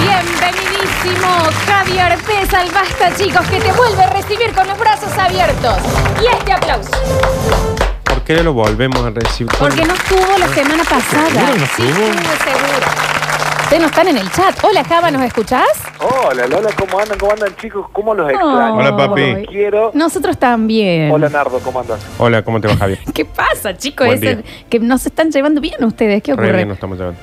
Bienvenidísimo Javier Pérez al Basta, chicos, que te vuelve a recibir con los brazos abiertos. Y este aplauso, ¿Por qué lo volvemos a recibir? porque no estuvo la semana pasada. ¿Seguro no Sí, estuvo? estuvo, seguro. Ustedes no están en el chat. Hola, Java, ¿nos escuchás? Hola, Lola, ¿cómo andan? ¿Cómo andan, chicos? ¿Cómo los extraño? Hola, papi. Ay. Quiero. Nosotros también. Hola, Nardo, ¿cómo andas? Hola, ¿cómo te va, Javier? ¿Qué pasa, chicos? Buen Es día. el- que no se están llevando bien ustedes. ¿Qué Re ocurre? bien, nos estamos llevando.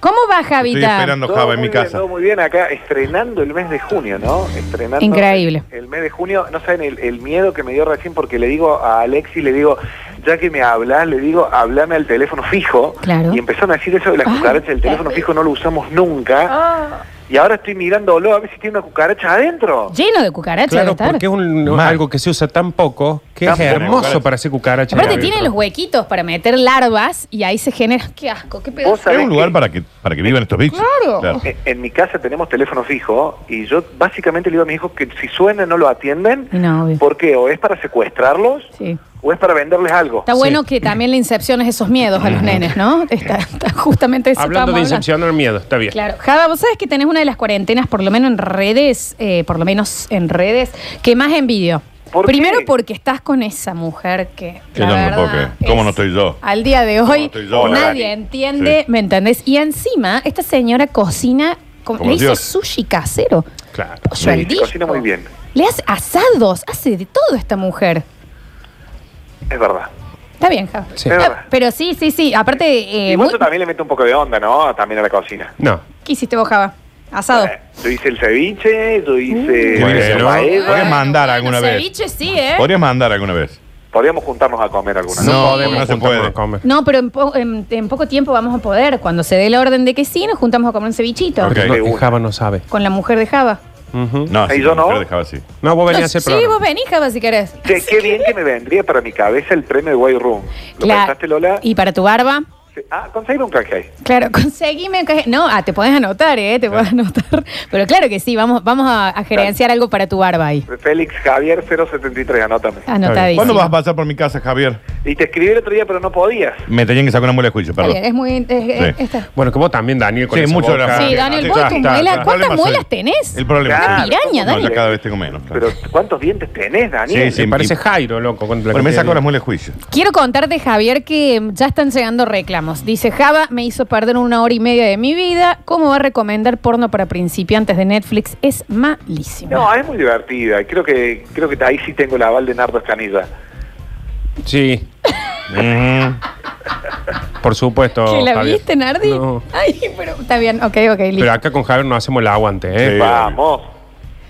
¿Cómo va, Javita? Estoy esperando Todo Java en muy mi bien, casa. todo muy bien acá, estrenando el mes de junio, ¿no? Estrenando Increíble. El, mes de junio, no saben el, el miedo que me dio recién porque le digo a Alexi, le digo, ya que me hablas, le digo, hablame al teléfono fijo. Claro. Y empezaron a decir eso de las Ay, cucarachas, el teléfono fijo no lo usamos nunca. Ah, Y ahora estoy mirándolo a ver si tiene una cucaracha adentro. lleno de cucarachas debe Claro, estar. porque es un- algo que se usa tan poco que Tan es poco. hermoso para hacer cucaracha. Aparte Javier. tiene los huequitos para meter larvas y ahí se genera. ¡Qué asco! ¡Qué pedazo! Vos Es ¿Sabés un qué? lugar para que, para que vivan estos bichos. Claro. En- Eh, En mi casa tenemos teléfono fijo y yo básicamente le digo a mis hijos que si suena no lo atienden Y No, obvio. ¿Por qué? ¿O es para secuestrarlos? Sí. ¿O es para venderles algo? Está bueno que también la incepción es esos miedos a los nenes, ¿no? Está, está justamente eso Hablando de estábamos incepción al miedo, está bien. Claro. Java, vos sabés que tenés una de las cuarentenas, por lo menos en redes, eh, por lo menos en redes, que más envidio. ¿Por qué? Primero porque estás con esa mujer que. Que la no me verdad, puedo creer. ¿Cómo es- no estoy yo? Al día de no hoy estoy yo, la nadie verdad? entiende, ¿me entendés? Y encima, esta señora cocina, co- Como le hizo Dios. sushi casero. Claro. Pollo al Sí, disco. cocina muy bien. Le hace asados, hace de todo esta mujer. Es verdad. Está bien, Java. Sí. Es Ah, verdad. Pero sí, sí, sí. Aparte, eh, y vos muy- también le metes un poco de onda, ¿no? También a la cocina. No. ¿qué hiciste vos, Java? Asado. Eh, yo hice el ceviche, yo hice Mm. Bueno. la paella. Podrías mandar alguna vez. Ceviche sí, ¿eh? ¿Podrías mandar alguna vez? Podríamos juntarnos a comer alguna. No, podemos no se juntarnos puede. a comer. No, pero en, po- en- en poco tiempo vamos a poder. Cuando se dé la orden de que sí, nos juntamos a comer un cevichito. Porque Ok. no- De una. Java no sabe. Con la mujer de Java. Ujú. No, Ahí sí, yo la mujer no. dejaba así. No, vos venís a No, hacer sí, programa. vos venís, Java, si querés. Che, qué bien que me vendría para mi cabeza el premio de White Room. ¿Lo Claro. pensaste, Lola? Y para tu barba. Sí. Ah, conseguir un canje. Claro, conseguime. que- No, ah, te podés anotar, ¿eh? Te podés anotar. Pero claro que sí, vamos, vamos a, a gerenciar algo para tu barba ahí. Félix Javier 073, anótame. Ah. Anotadísimo. ¿Cuándo vas a pasar por mi casa, Javier? Y te escribí el otro día, pero no podías. Me tenían que sacar una muela de juicio, Está perdón. bien, es muy. es- es- Sí. esta. Bueno, que vos también, Daniel, con Sí, esa mucho boca. gracias. Sí, Daniel, sí, vos ya, tu está, muela- ya. El ¿cuántas problema soy- muelas tenés? El problema Una es- piraña, No, Daniel. ya cada vez tengo menos. Pero ¿cuántos dientes tenés, Daniel? Sí, Me sí. parece Jairo, loco. con la Bueno, me que sacó tiene. la muela de juicio. Quiero contarte, Javier, que mm, ya están llegando reclamos. Dice, Java me hizo perder una hora y media de mi vida. ¿Cómo va a recomendar porno para principiantes de Netflix? Es malísimo. No, es muy divertida. Creo que creo que ahí sí tengo el aval de Nardo Escanilla. Sí. Por supuesto. ¿Que la Javier. viste, Nardi? No. Ay, pero está bien. Ok, ok, listo. Pero acá con Javier no hacemos el aguante, ¿eh? Sí. Vamos.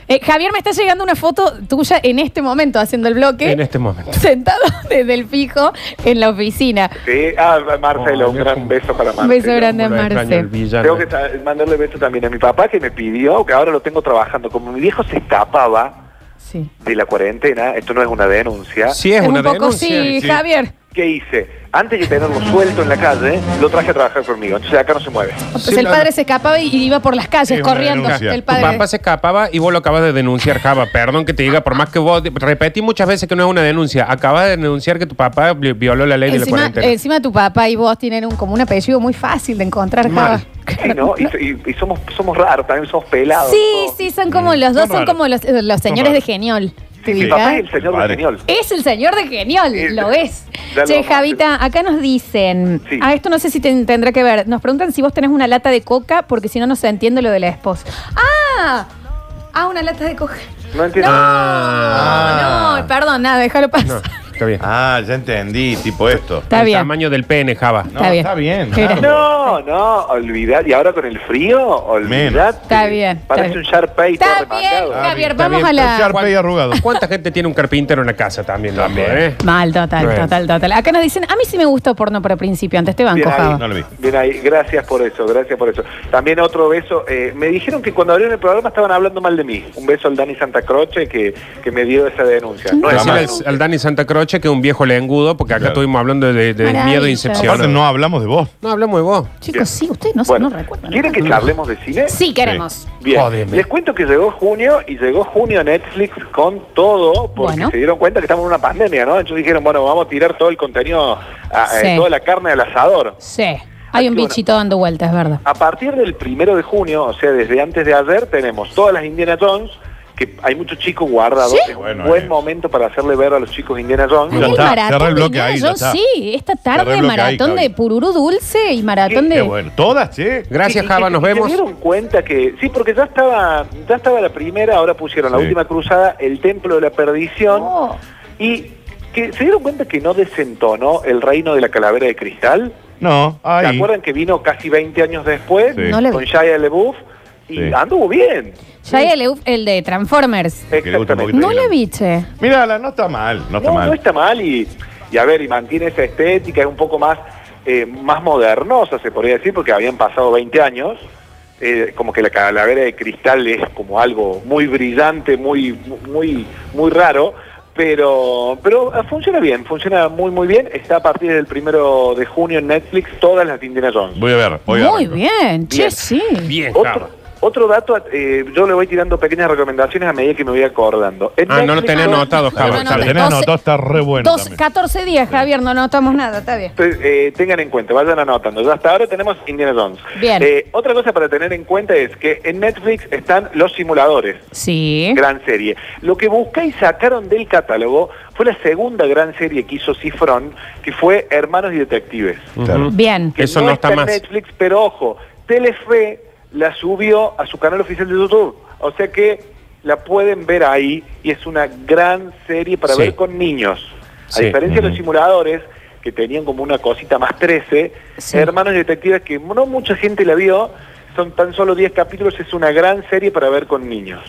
Eh, Javier, me está llegando una foto tuya en este momento haciendo el bloque. En este momento. Sentado desde el fijo en la oficina. Sí, ah, Marcelo, Oh, un mira gran cómo- beso para Marcelo. Un beso grande a Lo extraño, Marce. el villano. Tengo que ta- mandarle beso también a mi papá que me pidió, que ahora lo tengo trabajando. Como mi viejo se escapaba Sí. de la cuarentena, esto no es una denuncia, Sí, es, un una poco denuncia. sí, Javier. ¿qué hice? Antes de tenerlo suelto en la calle, lo traje a trabajar conmigo. Entonces acá no se mueve. Entonces Sí, pues el la- padre se escapaba y iba por las calles Sí, una corriendo. denuncia. El Tu padre. papá se escapaba y vos lo acabas de denunciar, Java. Perdón que te diga, por más que vos repetí muchas veces que no es una denuncia. Acabas de denunciar que tu papá vi- violó la ley de la Encima, cuarentena. encima tu papá y vos tienen un, como un apellido muy fácil de encontrar. Mal. Java. Sí, ¿no? Y, y- y somos, somos raros, también somos pelados. Sí, ¿no? sí, son como los Son dos, son raros. como los, eh, los señores raros. de Geniol. ¿Te Mi Sí. ubicás? papá es el señor del Padre. señor. Es el señor de Geniol, Sí. lo es. Ya lo Che, vamos a Javita, acá nos dicen, Sí. a esto no sé si ten- tendrá que ver, nos preguntan si vos tenés una lata de coca, porque si no, no se entiende lo de la esposa. ¡Ah! Ah, una lata de coca. No entiendo. No, no, perdón, nada, déjalo pasar. Está bien. Ah, ya entendí, tipo esto. Está el bien. tamaño del pene, Java. No, Está bien. Está bien. Mira. claro. No, no, olvidad. Y ahora con el frío, olvidad. Está bien, está Parece bien. un Sharpay todo Está bien, remangado. Javier, Está vamos bien, a la... Sharpay arrugado. ¿Cuánta gente tiene un carpintero en la casa también? loco, También. eh? Mal, total, Bien. total, total. Acá nos dicen, a mí sí me gustó porno para principiantes, te banco, Bien ahí, Java. No lo vi. Bien ahí, gracias por eso, gracias por eso. También otro beso, eh, me dijeron que cuando abrieron el programa estaban hablando mal de mí. Un beso al Dani Santa Croce que, que me dio esa denuncia. No es Decirle una al, denuncia. al Dani Santa Croce que es un viejo lengudo, porque acá Claro. estuvimos hablando de, de Maravilla. miedo Aparte, incepcional. no hablamos de vos. No hablamos de vos. Chicos, sí, ustedes no, se- Bueno, no recuerdan. ¿quieren que charlemos de cine? Sí, queremos. Bien, Jódeme. les cuento que llegó junio y llegó junio Netflix con todo porque Bueno. se dieron cuenta que estamos en una pandemia, ¿no? Entonces dijeron, bueno, vamos a tirar todo el contenido, a- eh, Sí. toda la carne al asador. Sí, hay un Aquí, bichito dando vueltas, es verdad. Ah, A partir del primero de junio, o sea, desde antes de ayer, tenemos todas las Indiana Jones, que hay muchos chicos guardados. ¿Sí? Es un Bueno, buen eh. momento para hacerle ver a los chicos Indiana Jones. Ya Hay está, maratón cerrá el de bloque Indiana ahí, ya Jones, está. sí, esta Cerrá tarde el bloque ahí, maratón de Javi. pururú dulce y maratón Qué de... bueno. Todas, che. Gracias, Y- y- Java, y nos se vemos. dieron cuenta que, sí, porque ya estaba, ya estaba la primera, ahora pusieron la Sí. última cruzada, el templo de la perdición, Oh, y que se dieron cuenta que no desentonó el reino de la calavera de cristal. No, ¿Se ahí. acuerdan que vino casi 20 años después Sí. No le con vi. Shia LeBouf? Y Sí. anduvo bien. Shia LaBeouf, el de Transformers. Que le gusta un Exactamente. poquito No de la quilombo. biche. Mírala, no está mal, no está No, mal. no está mal y, y a ver, y mantiene esa estética, es un poco más, eh, más modernosa, se podría decir, porque habían pasado 20 años. eh, como que la calavera de cristal es como algo muy brillante, muy, muy, muy raro, pero, pero eh, funciona bien, funciona muy, muy bien. Está a partir del primero de junio en Netflix todas las de Indiana Jones. Voy a ver, voy a Muy ver. bien, che, Bien. sí. Bien, Otro, Java. otro dato, eh, yo le voy tirando pequeñas recomendaciones a medida que me voy acordando. En Ah, no lo Netflix, tenés todo- anotado, Está Java. bien, No, no, está bien. no, No, no, doce- todo está re bueno. Dos, también. 14 días, Javier, no notamos nada, está bien. Eh, tengan en cuenta, vayan anotando. Ya hasta ahora tenemos Indiana Jones. Bien. Eh, otra cosa para tener en cuenta es que en Netflix están los simuladores. Sí. Gran serie. Lo que busqué y sacaron del catálogo fue la segunda gran serie que hizo Cifrón, que fue Hermanos y Detectives. Claro. Bien. Que Eso no está en más. Netflix, pero ojo, Telefe la subió a su canal oficial de YouTube. O sea que la pueden ver ahí y es una gran serie para Sí. ver con niños. A Sí. diferencia de los simuladores, que tenían como una cosita más 13, Sí. Hermanos y Detectives, que no mucha gente la vio, son tan solo 10 capítulos, es una gran serie para ver con niños.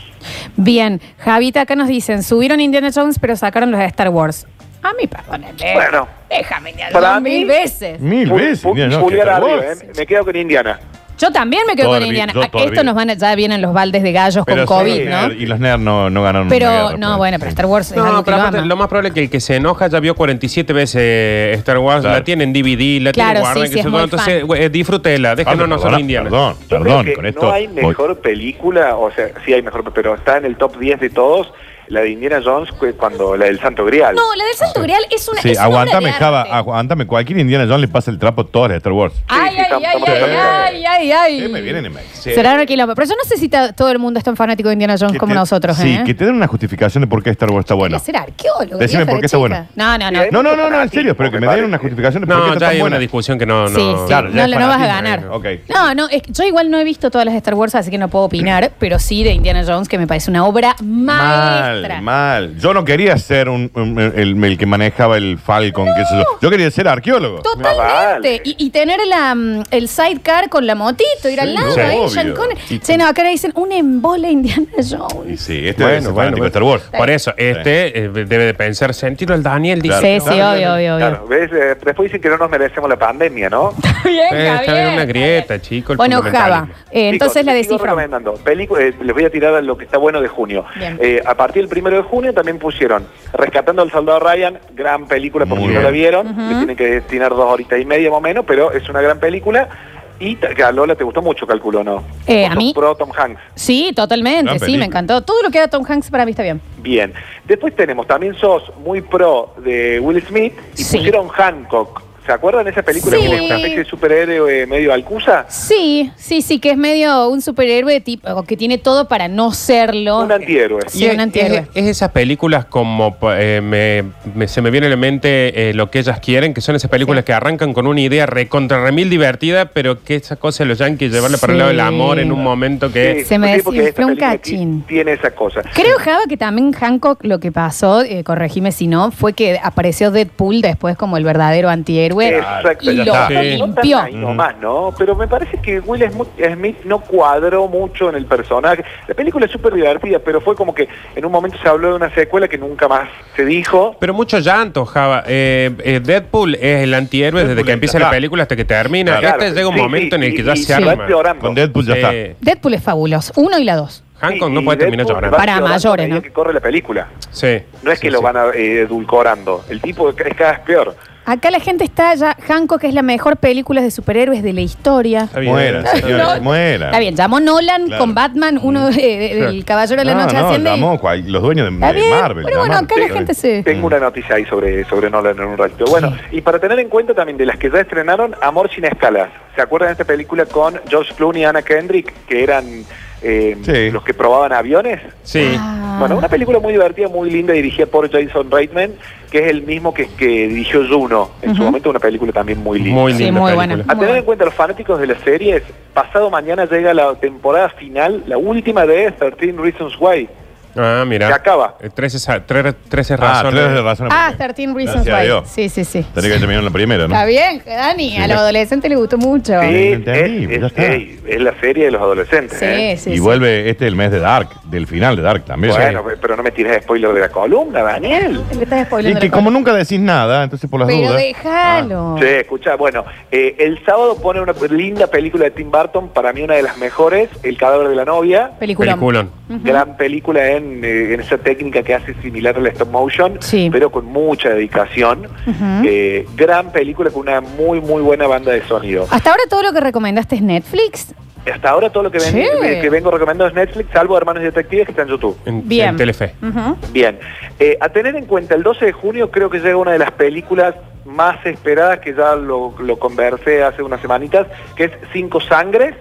Bien, Javita, acá nos dicen, subieron Indiana Jones, pero sacaron los de Star Wars. A mí, perdónenme. Bueno. Déjame de Para hablar mil mí- veces. Mil Pul- veces. pul- mira, no, pulgar que- arriba, vos- eh. me quedo con Indiana. Yo también me quedo Toda con la vida, Indiana. yo Ah, toda la Esto vida. nos van a, ya vienen los baldes de gallos Pero con son COVID, los ¿no? nerd, Y los nerds no, no ganaron Pero, una guerra, no, pues. bueno, pero Star Wars es algo No, que pero lo aparte, ama. lo más probable es que el que se enoja ya vio 47 veces eh, Star Wars, Claro. la tiene en DVD, la Claro, tiene guardada, sí, que sí, se- es muy entonces fan. güey, eh, disfrútela, déjenos Perdón, nosotros indianos. Perdón, Yo creo perdón, que con esto. No hay voy. mejor película, o sea, sí hay mejor, pero está en el top 10 de todos, la de Indiana Jones, cu- cuando la del Santo Grial. No, la del Santo Grial es una. Sí, es una obra aguántame, de Java, arte. aguántame. Cualquier Indiana Jones le pasa el trapo a todas las Star Wars. Ay, Sí, sí, ay, ay, estamos- ay, estamos ay, ay, totalmente- ay, Eh, me vienen y me dicen. Será un quilombo. Pero yo no sé si ta- todo el mundo es tan fanático de Indiana Jones Que como te- nosotros, Sí, ¿eh? que te den una justificación de por qué Star Wars está bueno. Quería ser arqueólogo. Decime vieja por de qué está chica. bueno. No, no, no. Sí, No, no, no, no, en serio, pero que me den una justificación de por qué No, está ya tan hay buena. una discusión que no... no sí, sí. Claro, ya no, es no, no vas a fanatismo, ganar. eh, ok. No, no, es que yo igual no he visto todas las Star Wars, así que no puedo opinar, pero sí de Indiana Jones, que me parece una obra maestra. Mm. Mal, mal. Yo no quería ser un, un- el, el que manejaba el Falcon, qué sé yo. Yo quería ser arqueólogo. Totalmente. Ah, vale. y, y tener la, mm, el sidecar con la motito, ir al Sí, lado, sí. ahí, Obvio. Sean Connery. Y- Che, no, acá le dicen un embole Indiana Y Jones. sí, este es el fanático de Star Wars. Por eso, este eh, debe de pensar, sentirlo el Daniel, dice. Claro. sí, sí, Claro, obvio, obvio, obvio. Claro, ¿ves? Eh, después dicen que no nos merecemos la pandemia, ¿no? Bien, Eh, está Javier. bien, una grieta, chico, el Bueno, fundamentalismo. Java, eh, entonces Chicos, la les sigo descifro. recomendando. Película- eh, les voy a tirar lo que está bueno de junio. Bien. Eh, a partir del primero de junio también pusieron Rescatando al Soldado Ryan, gran película por Muy si no bien. la vieron. Le tienen que destinar dos horitas y media más o menos, pero es una gran película. Y ta- que a Lola te gustó mucho, calculo, ¿no? Eh, Vos a sos mí- Pro Tom Hanks. Sí, totalmente, Gran sí, película. me encantó. Todo lo que da Tom Hanks para mí está bien. Bien. Después tenemos, también sos muy pro de Will Smith y Sí. pusieron Hancock. ¿Se ¿Se acuerdan de esa película Sí. que era una especie de superhéroe eh, medio alcusa? Sí, sí, sí, que es medio un superhéroe tipo, o que tiene todo para no serlo. Un antihéroe. Sí, es, un antihéroe. es- es esas películas como eh, me- me- se me viene a la mente eh, lo que ellas quieren, que son esas películas que arrancan con una idea recontra remil divertida, pero que esa cosa de los yankees llevarla para el lado del Sí. amor en un momento que Sí, Se me sí, porque desinfló esta un película cachín. ti- Tiene esa cosa. Creo, Java, que también Hancock lo que pasó, eh, corregime si no, fue que apareció Deadpool después como el verdadero antihéroe. Exacto, y ya lo está. Sí. No tan limpió. ahí nomás, ¿no? Pero me parece que Will Smith- Smith no cuadró mucho en el personaje. La película es súper divertida, pero fue como que en un momento se habló de una secuela que nunca más se dijo. Pero mucho llanto, Java. Eh, eh, Deadpool es el antihéroe desde Deadpool que empieza la está. película hasta que termina. Claro. Este llega un Sí, momento sí, en el que y- ya y- se y va arma. empeorando. Con Deadpool ya está. Eh, Deadpool es fabuloso, uno y la dos. Hancock Sí, no y puede terminar Deadpool llorando. va Para empeorando mayores, a medida ¿no? que corre la película. Sí. No es que Sí, lo sí. van a, eh, edulcorando. El tipo es cada vez peor. Acá la gente está ya, Hancock es la mejor película de superhéroes de la historia. Está bien. Muera, señores, No. muera. Está bien, llamó Nolan Claro. Mm. con Batman, uno del Caballero de la No, Noche no, Asciende. y- llamó cual- los dueños de, de Está bien, Marvel. pero bueno, llamaron. acá la Sí. gente se- Tengo una noticia ahí sobre, sobre Nolan en un ratito. Bueno, y para tener en cuenta también de las que ya estrenaron, Amor sin escalas. ¿Se acuerdan de esta película con George Clooney y Anna Kendrick, que eran eh, Sí. los que probaban aviones? Sí. Ah. Bueno, una película muy divertida, muy linda, dirigida por Jason Reitman, que es el mismo que, que dirigió Juno. En su Ujú. momento una película también muy linda. Muy Sí, linda muy película. buena. A tener en cuenta los fanáticos de las series, pasado mañana llega la temporada final, la última de 13 Reasons Why. Ah, mira. Se acaba. Eh, 13, sa- tre- 13 Ah, razones. tres razones. Ah, por qué. 13 Reasons Gracias a Why. Dios. Sí, sí, sí. Tenía que terminar en la primera, ¿no? Está bien, Dani, a los adolescentes les gustó mucho. Sí, es, entendí, ya es- está. ey, es la serie de los adolescentes. ¿eh? Sí, sí, y sí. vuelve este el mes de Dark, del final de Dark también. Bueno, pero no me tires spoiler de la columna, Daniel. Te estás Y spoileando que la como cosa. nunca decís nada, entonces por las Pero dudas. Ah, déjalo. Sí, escucha, bueno, eh, el sábado pone una linda película de Tim Burton, para mí una de las mejores, El cadáver de la novia. Peliculón. Peliculón. Gran película en, eh, en esa técnica que hace similar al stop motion, Sí. pero con mucha dedicación. Ujú. Eh, gran película con una muy, muy buena banda de sonido. Hasta ahora todo lo que recomendaste es Netflix. Hasta ahora todo lo que, ven- Sí. que vengo recomendando es Netflix, salvo Hermanos Detectives que está en YouTube. En, Bien. en Telefe. Ujú. Bien, Eh, a tener en cuenta, el 12 de junio creo que llega una de las películas más esperadas, que ya lo, lo conversé hace unas semanitas, que es Cinco Sangres.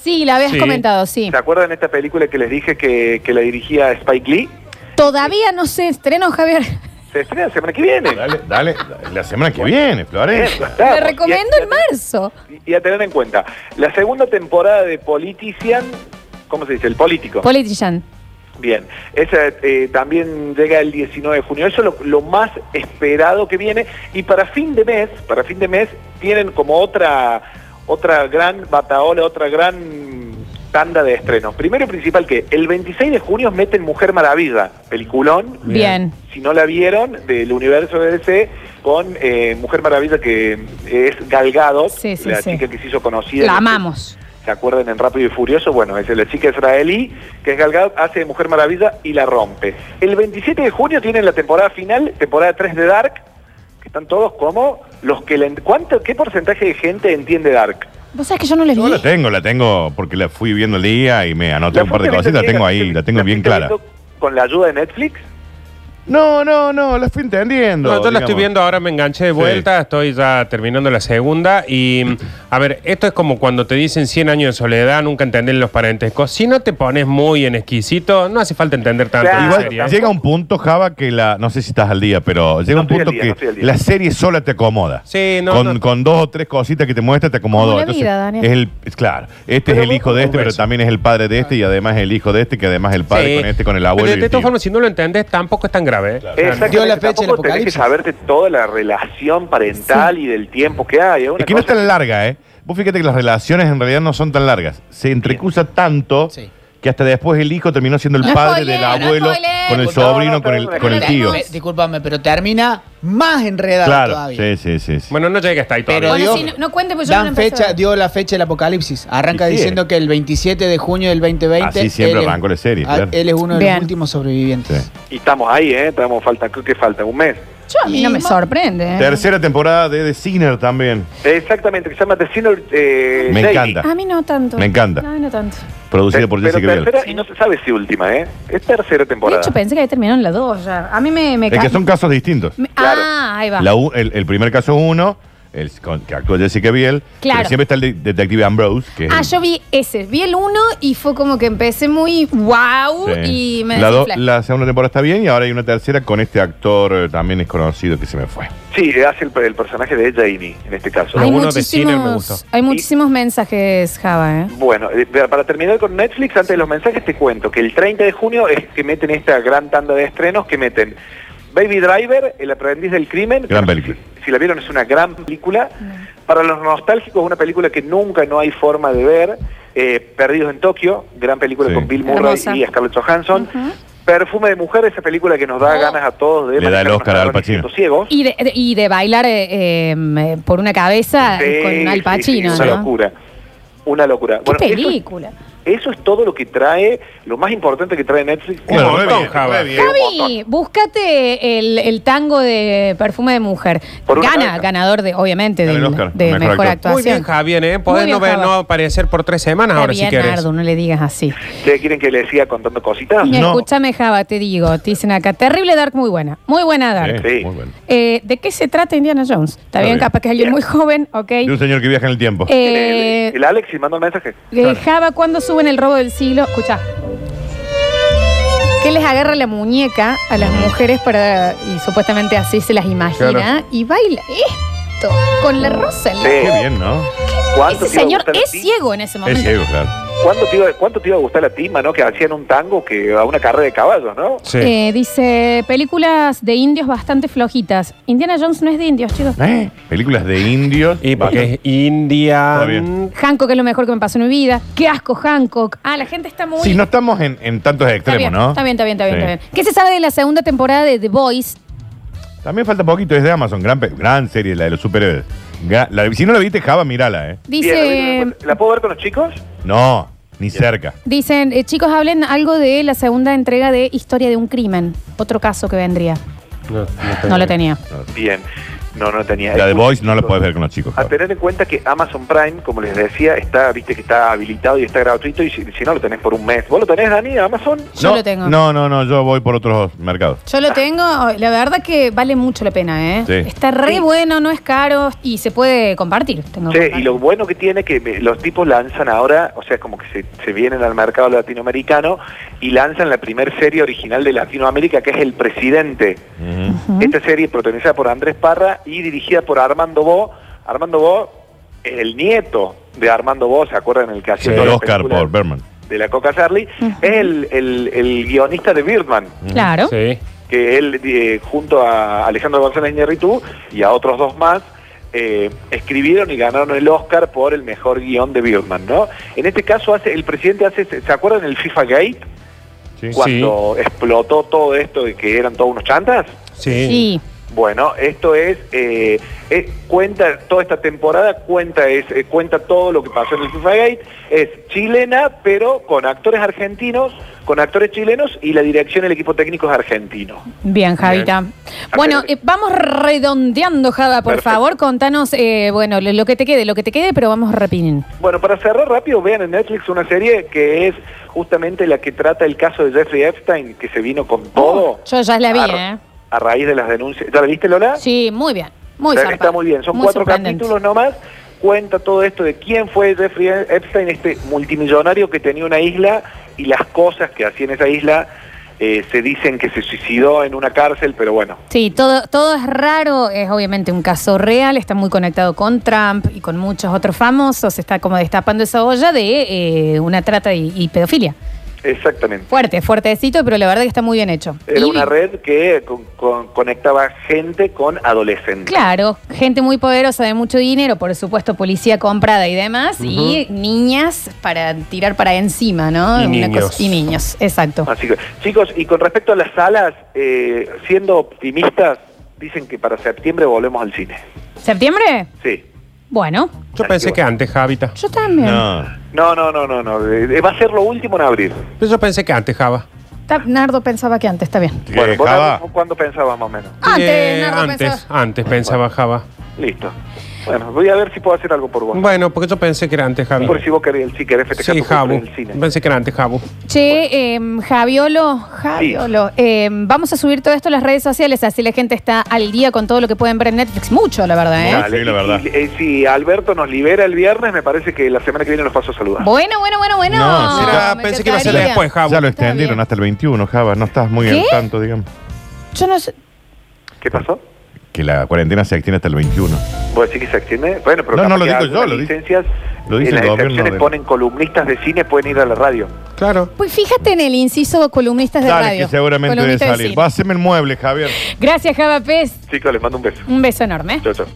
Sí, la habías Sí. comentado, sí. ¿Se acuerdan de esta película que les dije que, que la dirigía Spike Lee? Todavía no se estrenó, Javier. Se estrena la semana que viene. Dale, dale, la semana que viene, Bien, Flores. ya estamos. Te recomiendo Y a- en marzo. Y a tener en cuenta, la segunda temporada de Politician, ¿cómo se dice? El político. Politician. Bien, esa eh, también llega el 19 de junio. Eso es lo, lo más esperado que viene. Y para fin de mes, para fin de mes, tienen como otra, otra gran bataola, otra gran tanda de estrenos. Primero y principal que el 26 de junio meten Mujer Maravilla, peliculón. Bien. Si no la vieron, del universo de DC, con eh, Mujer Maravilla, que es Galgado, Sí, sí, la sí. chica que se hizo conocida. La en- este amamos. ¿Se acuerdan en Rápido y Furioso? Bueno, es la chica israelí que es Gal Gadot, hace de Mujer Maravilla y la rompe. El 27 de junio tienen la temporada final, temporada 3 de Dark, que están todos como los que la ent- ¿cuánto, ¿Qué porcentaje de gente entiende Dark? ¿Vos sabés que yo no les Yo vi? la tengo, la tengo porque la fui viendo el día y me anoté un par de fuiste cositas, la viendo ciega, tengo ahí, fuiste- la tengo bien fuiste clara. viendo ¿Con la ayuda de Netflix? No, no, no, la fui entendiendo. No, yo la digamos. estoy viendo ahora, me enganché de Sí. vuelta, estoy ya terminando la segunda y a ver, esto es como cuando te dicen 100 años de soledad, nunca entendés los parentescos. Si no te pones muy en exquisito, no hace falta entender tanto. Claro. la Igual serie. ¿eh? llega un punto, Java, que la. No sé si estás al día, pero llega No un estoy al punto día, que no estoy al día. la serie sola te acomoda. Sí, no, Con, no. con dos o tres cositas que te muestra, te acomodó. Como la Entonces, vida, Daniel. es el, es claro, este Pero es el vos hijo de este, ves pero eso. también es el padre de este y además el hijo de este, que además es el padre Sí. con este, con el abuelo. Pero y de el todas tío. formas, si no lo entendés, tampoco es tan grave. ¿eh? Dio la Exactamente, fecha del tampoco tenés que apocalipsis. saberte toda la relación parental y del tiempo que hay. una Es que no es cosa tan larga, ¿eh? Vos fíjate que las relaciones en realidad no son tan largas. Se entrecusa tanto Sí. que hasta después el hijo terminó siendo el No padre del spoiler, no abuelo spoiler. con el No, sobrino, no, con el, pero con el no tío. Eh, discúlpame, pero termina más enredado Claro, todavía. sí, sí, sí. sí. Bueno, no llegues hasta ahí Pero todavía. Dios. Bueno, sí, no, no cuentes porque Pues yo no Dan la empecé a fecha, ver. dio la fecha del apocalipsis. Arranca Y sí. diciendo que el 27 de junio del 2020. Así siempre él es- arrancó la serie, ah, claro. Él es uno de Bien. los últimos sobrevivientes. Sí. Y estamos ahí, ¿eh? Estamos, falta, creo que falta un mes. Yo a mí no me Lima. sorprende. ¿eh? Tercera temporada de The Sinner también, Exactamente, que se llama The Sinner eh, Me Daily. encanta. A mí no tanto. Me encanta. No, a mí no tanto. producida por Pero Jessica Biel. tercera, y no se sabe si última, ¿eh? Es tercera De temporada. hecho, pensé que había terminado en la dos ya. A mí me... me Es ca- que son casos distintos. me- Claro. Ah, ahí va. La u- el, el primer caso es uno, el, con- que actúa Jessica Biel. Claro. Pero siempre está el de- detective Ambrose, que es Ah, el- yo vi ese. Vi el uno y fue como que empecé muy wow Sí. y me la, do- desinflé. la segunda temporada está bien y ahora hay una tercera con este actor eh, también es conocido que se me fue. Sí, hace el, el personaje de Jamie, en este caso. Ay. Hay Lo bueno de cine me gustó. muchísimos, hay muchísimos mensajes, Java, ¿eh? Bueno, eh, para terminar con Netflix, antes de los mensajes te cuento que el 30 de junio es que meten esta gran tanda de estrenos que meten Baby Driver, El aprendiz del crimen. Gran que película. Si, si la vieron es una gran película. Mm. Para los nostálgicos, una película que nunca no hay forma de ver. eh, Perdidos en Tokio, gran película Sí. con Bill Murray Hermosa. y Scarlett Johansson. Ujú. Oh. Perfume de mujer, esa película que nos da ganas a todos Le de da el manejarnos Oscar a Al ladrones Pacino. siendo ciegos. Y de, de- y de bailar eh, eh, eh, por una cabeza Sí, con Al sí, sí, Pacino, una ¿no? locura. Una locura. ¡Qué Bueno, eso es- película! Eso es todo lo que trae, lo más importante que trae Netflix. Bueno, Un montón. re bien, re bien. Javi, búscate el, el tango de perfume de mujer. Por una Gana, cabeza. ganador de, obviamente, Gana del- el de, Oscar, mejor, mejor actor. Muy actuación. bien, Javier, ¿eh? Podés Muy bien, no, ver- Java. no aparecer por tres semanas Está ahora bien, si quieres. Nardo, no le digas así. ¿Ustedes quieren que le siga contando cositas? Y No. Escúchame, Java, te digo, te dicen acá, terrible Dark, muy buena. Muy buena Dark. Eh, Sí. muy bueno. Eh, ¿De qué se trata Indiana Jones? Está bien, bien. capaz que es alguien muy joven, ok. De un señor que viaja en el tiempo. Eh, El, el Alex, si manda un mensaje. eh, Java, ¿cuándo suben el robo del siglo? Escucha. Que les agarra la muñeca a las mujeres para. y supuestamente así se las imagina. Claro. Y baila esto, con la rosa en la- Sí. Qué bien, ¿no? ¿Cuánto Ese te iba a señor gustar a es ti? ciego en ese Es momento. ciego, claro. ¿Cuánto te, iba, ¿Cuánto te iba a gustar a ti, mano, que hacían un tango que a una carrera de caballos, no? Sí. Eh, dice, películas de indios bastante flojitas. Indiana Jones no es de indios, chicos. ¿Eh? Películas de indios. y porque Bueno. es India. Está bien. Hancock es lo mejor que me pasó en mi vida. Qué asco, Hancock. Ah, la gente está muy. Sí, no estamos en, en tantos está, extremos, bien, ¿no? está bien, está bien, está bien, Sí. está bien. ¿Qué se sabe de la segunda temporada de The Voice? También falta poquito, es de Amazon. Gran, pe- gran serie, la de los superhéroes. Ga- la- si no la viste, Java, mírala, ¿eh? Dice, Bien, ¿la- ¿La puedo ver con los chicos? No, ni cerca. dicen, eh, chicos, hablen algo de la segunda entrega de Historia de un crimen. Otro caso que vendría. No, No lo tenía. Bien. No, no tenía. La de Escuchen, Voice no la chicos, puedes ver con los chicos. A Java. tener en cuenta que Amazon Prime, como les decía, está, viste que está habilitado y está gratuito y si, si no lo tenés por un mes. ¿Vos lo tenés, Dani, Amazon? Yo no, lo tengo. No, no, no, yo voy por otros mercados. Yo lo tengo, la verdad que vale mucho la pena, ¿eh? Sí. Está re Sí. bueno, no es caro y se puede compartir. Tengo Sí, que y lo bueno que tiene que me- los tipos lanzan ahora, o sea, como que se, se vienen al mercado latinoamericano y lanzan la primera serie original de Latinoamérica, que es El Presidente. Ujú. Ujú. Esta serie protagonizada por Andrés Parra y dirigida por Armando Bo. Armando Bo es el nieto de Armando Bo, ¿se acuerdan? El que Sí, hacía el toda la Oscar película por Berman. de la Coca Charlie. Ujú. Es el, el- el guionista de Birdman, Claro. Sí. que él eh, junto a Alejandro González Iñárritu y a otros dos más eh, escribieron y ganaron el Oscar por el mejor guión de Birdman, ¿no? En este caso hace el presidente hace, ¿se acuerdan el FIFA Gate? Sí. Cuando explotó todo esto de que eran todos unos chantas. Sí. Sí. Bueno, esto es, eh, es- cuenta toda esta temporada, cuenta es eh, cuenta todo lo que pasó en el FIFA Gate, es chilena, pero con actores argentinos, con actores chilenos y la dirección, el equipo técnico es argentino. Bien, Javita. Bueno, eh, vamos redondeando, Java, por Perfecto. favor, contanos, eh, bueno, lo, lo que te quede, lo que te quede, pero vamos rapidín. Bueno, para cerrar rápido, vean en Netflix una serie que es justamente la que trata el caso de Jeffrey Epstein, que se vino con todo. Yo ya la vi, a, ¿eh? a raíz de las denuncias. ¿Ya la viste, Lola? Sí, muy bien. Muy Está- zarpado, Está muy bien, son muy cuatro sorprendente. capítulos nomás. Cuenta todo esto de quién fue Jeffrey Epstein, este multimillonario que tenía una isla y las cosas que hacía en esa isla. Eh, se dicen que se suicidó en una cárcel, pero bueno. Sí, todo, todo es raro, es obviamente un caso real, está muy conectado con Trump y con muchos otros famosos, está como destapando esa olla de eh, una trata y, y pedofilia. Exactamente. Fuerte, fuertecito, pero la verdad que está muy bien hecho. Era Y- una red que con- con- conectaba gente con adolescentes. Claro, gente muy poderosa de mucho dinero, por supuesto, policía comprada y demás, y niñas para tirar para encima, ¿no? Y Una niños. Ah. y niños, exacto. Así que, chicos, y con respecto a las salas, eh, siendo optimistas, dicen que para septiembre volvemos al cine. ¿Septiembre? Sí. Bueno, Yo pensé que antes, Javita. yo también. No. No, no, no, no, no. eh, va a ser lo último en abril. Pero yo pensé que antes, Java. Ta- Nardo pensaba que antes, está bien. Sí, Bueno, vos Eh, Java, Nardo, ¿cuándo pensabas más o menos? Antes, Eh, Nardo antes, pensaba. antes pensaba Java. Listo. Bueno, voy a ver si puedo hacer algo por vos. Bueno, porque yo pensé que era antes, Javi. Por si vos querés, si querés festejar Sí, tu cumple Jabu. en el cine. Pensé que era antes, Jabu. Che, em, Javiolo, Javiolo, em, vamos a subir todo esto a las redes sociales, así la gente está al día con todo lo que pueden ver en Netflix. Mucho, la verdad, ¿eh? Bueno. Sí, la verdad. Y- y- eh, si Alberto nos libera el viernes, me parece que la semana que viene los paso a saludar. Bueno, bueno, bueno, bueno. No, será- Me pensé que iba a ser encantaría. después, Jabu. Ya lo Está extendieron bien. hasta el 21, Java. No estás muy ¿Qué? al tanto, digamos. Yo no sé. ¿Qué pasó? Que la cuarentena se extiende hasta el 21. ¿Vos decís que se extiende? Bueno, pero No, no, capaz lo que digo algunas yo, lo di- licencias, lo dice en las el gobierno excepciones de- ponen columnistas de cine, pueden ir a la radio. Claro. Pues fíjate en el inciso columnistas de Dale, radio. que seguramente debe Columnistas de salir. cine. Báseme el mueble, Javier. Gracias, Java Pez. Chicos, les mando un beso. Un beso enorme. ¿eh? Chao, chao.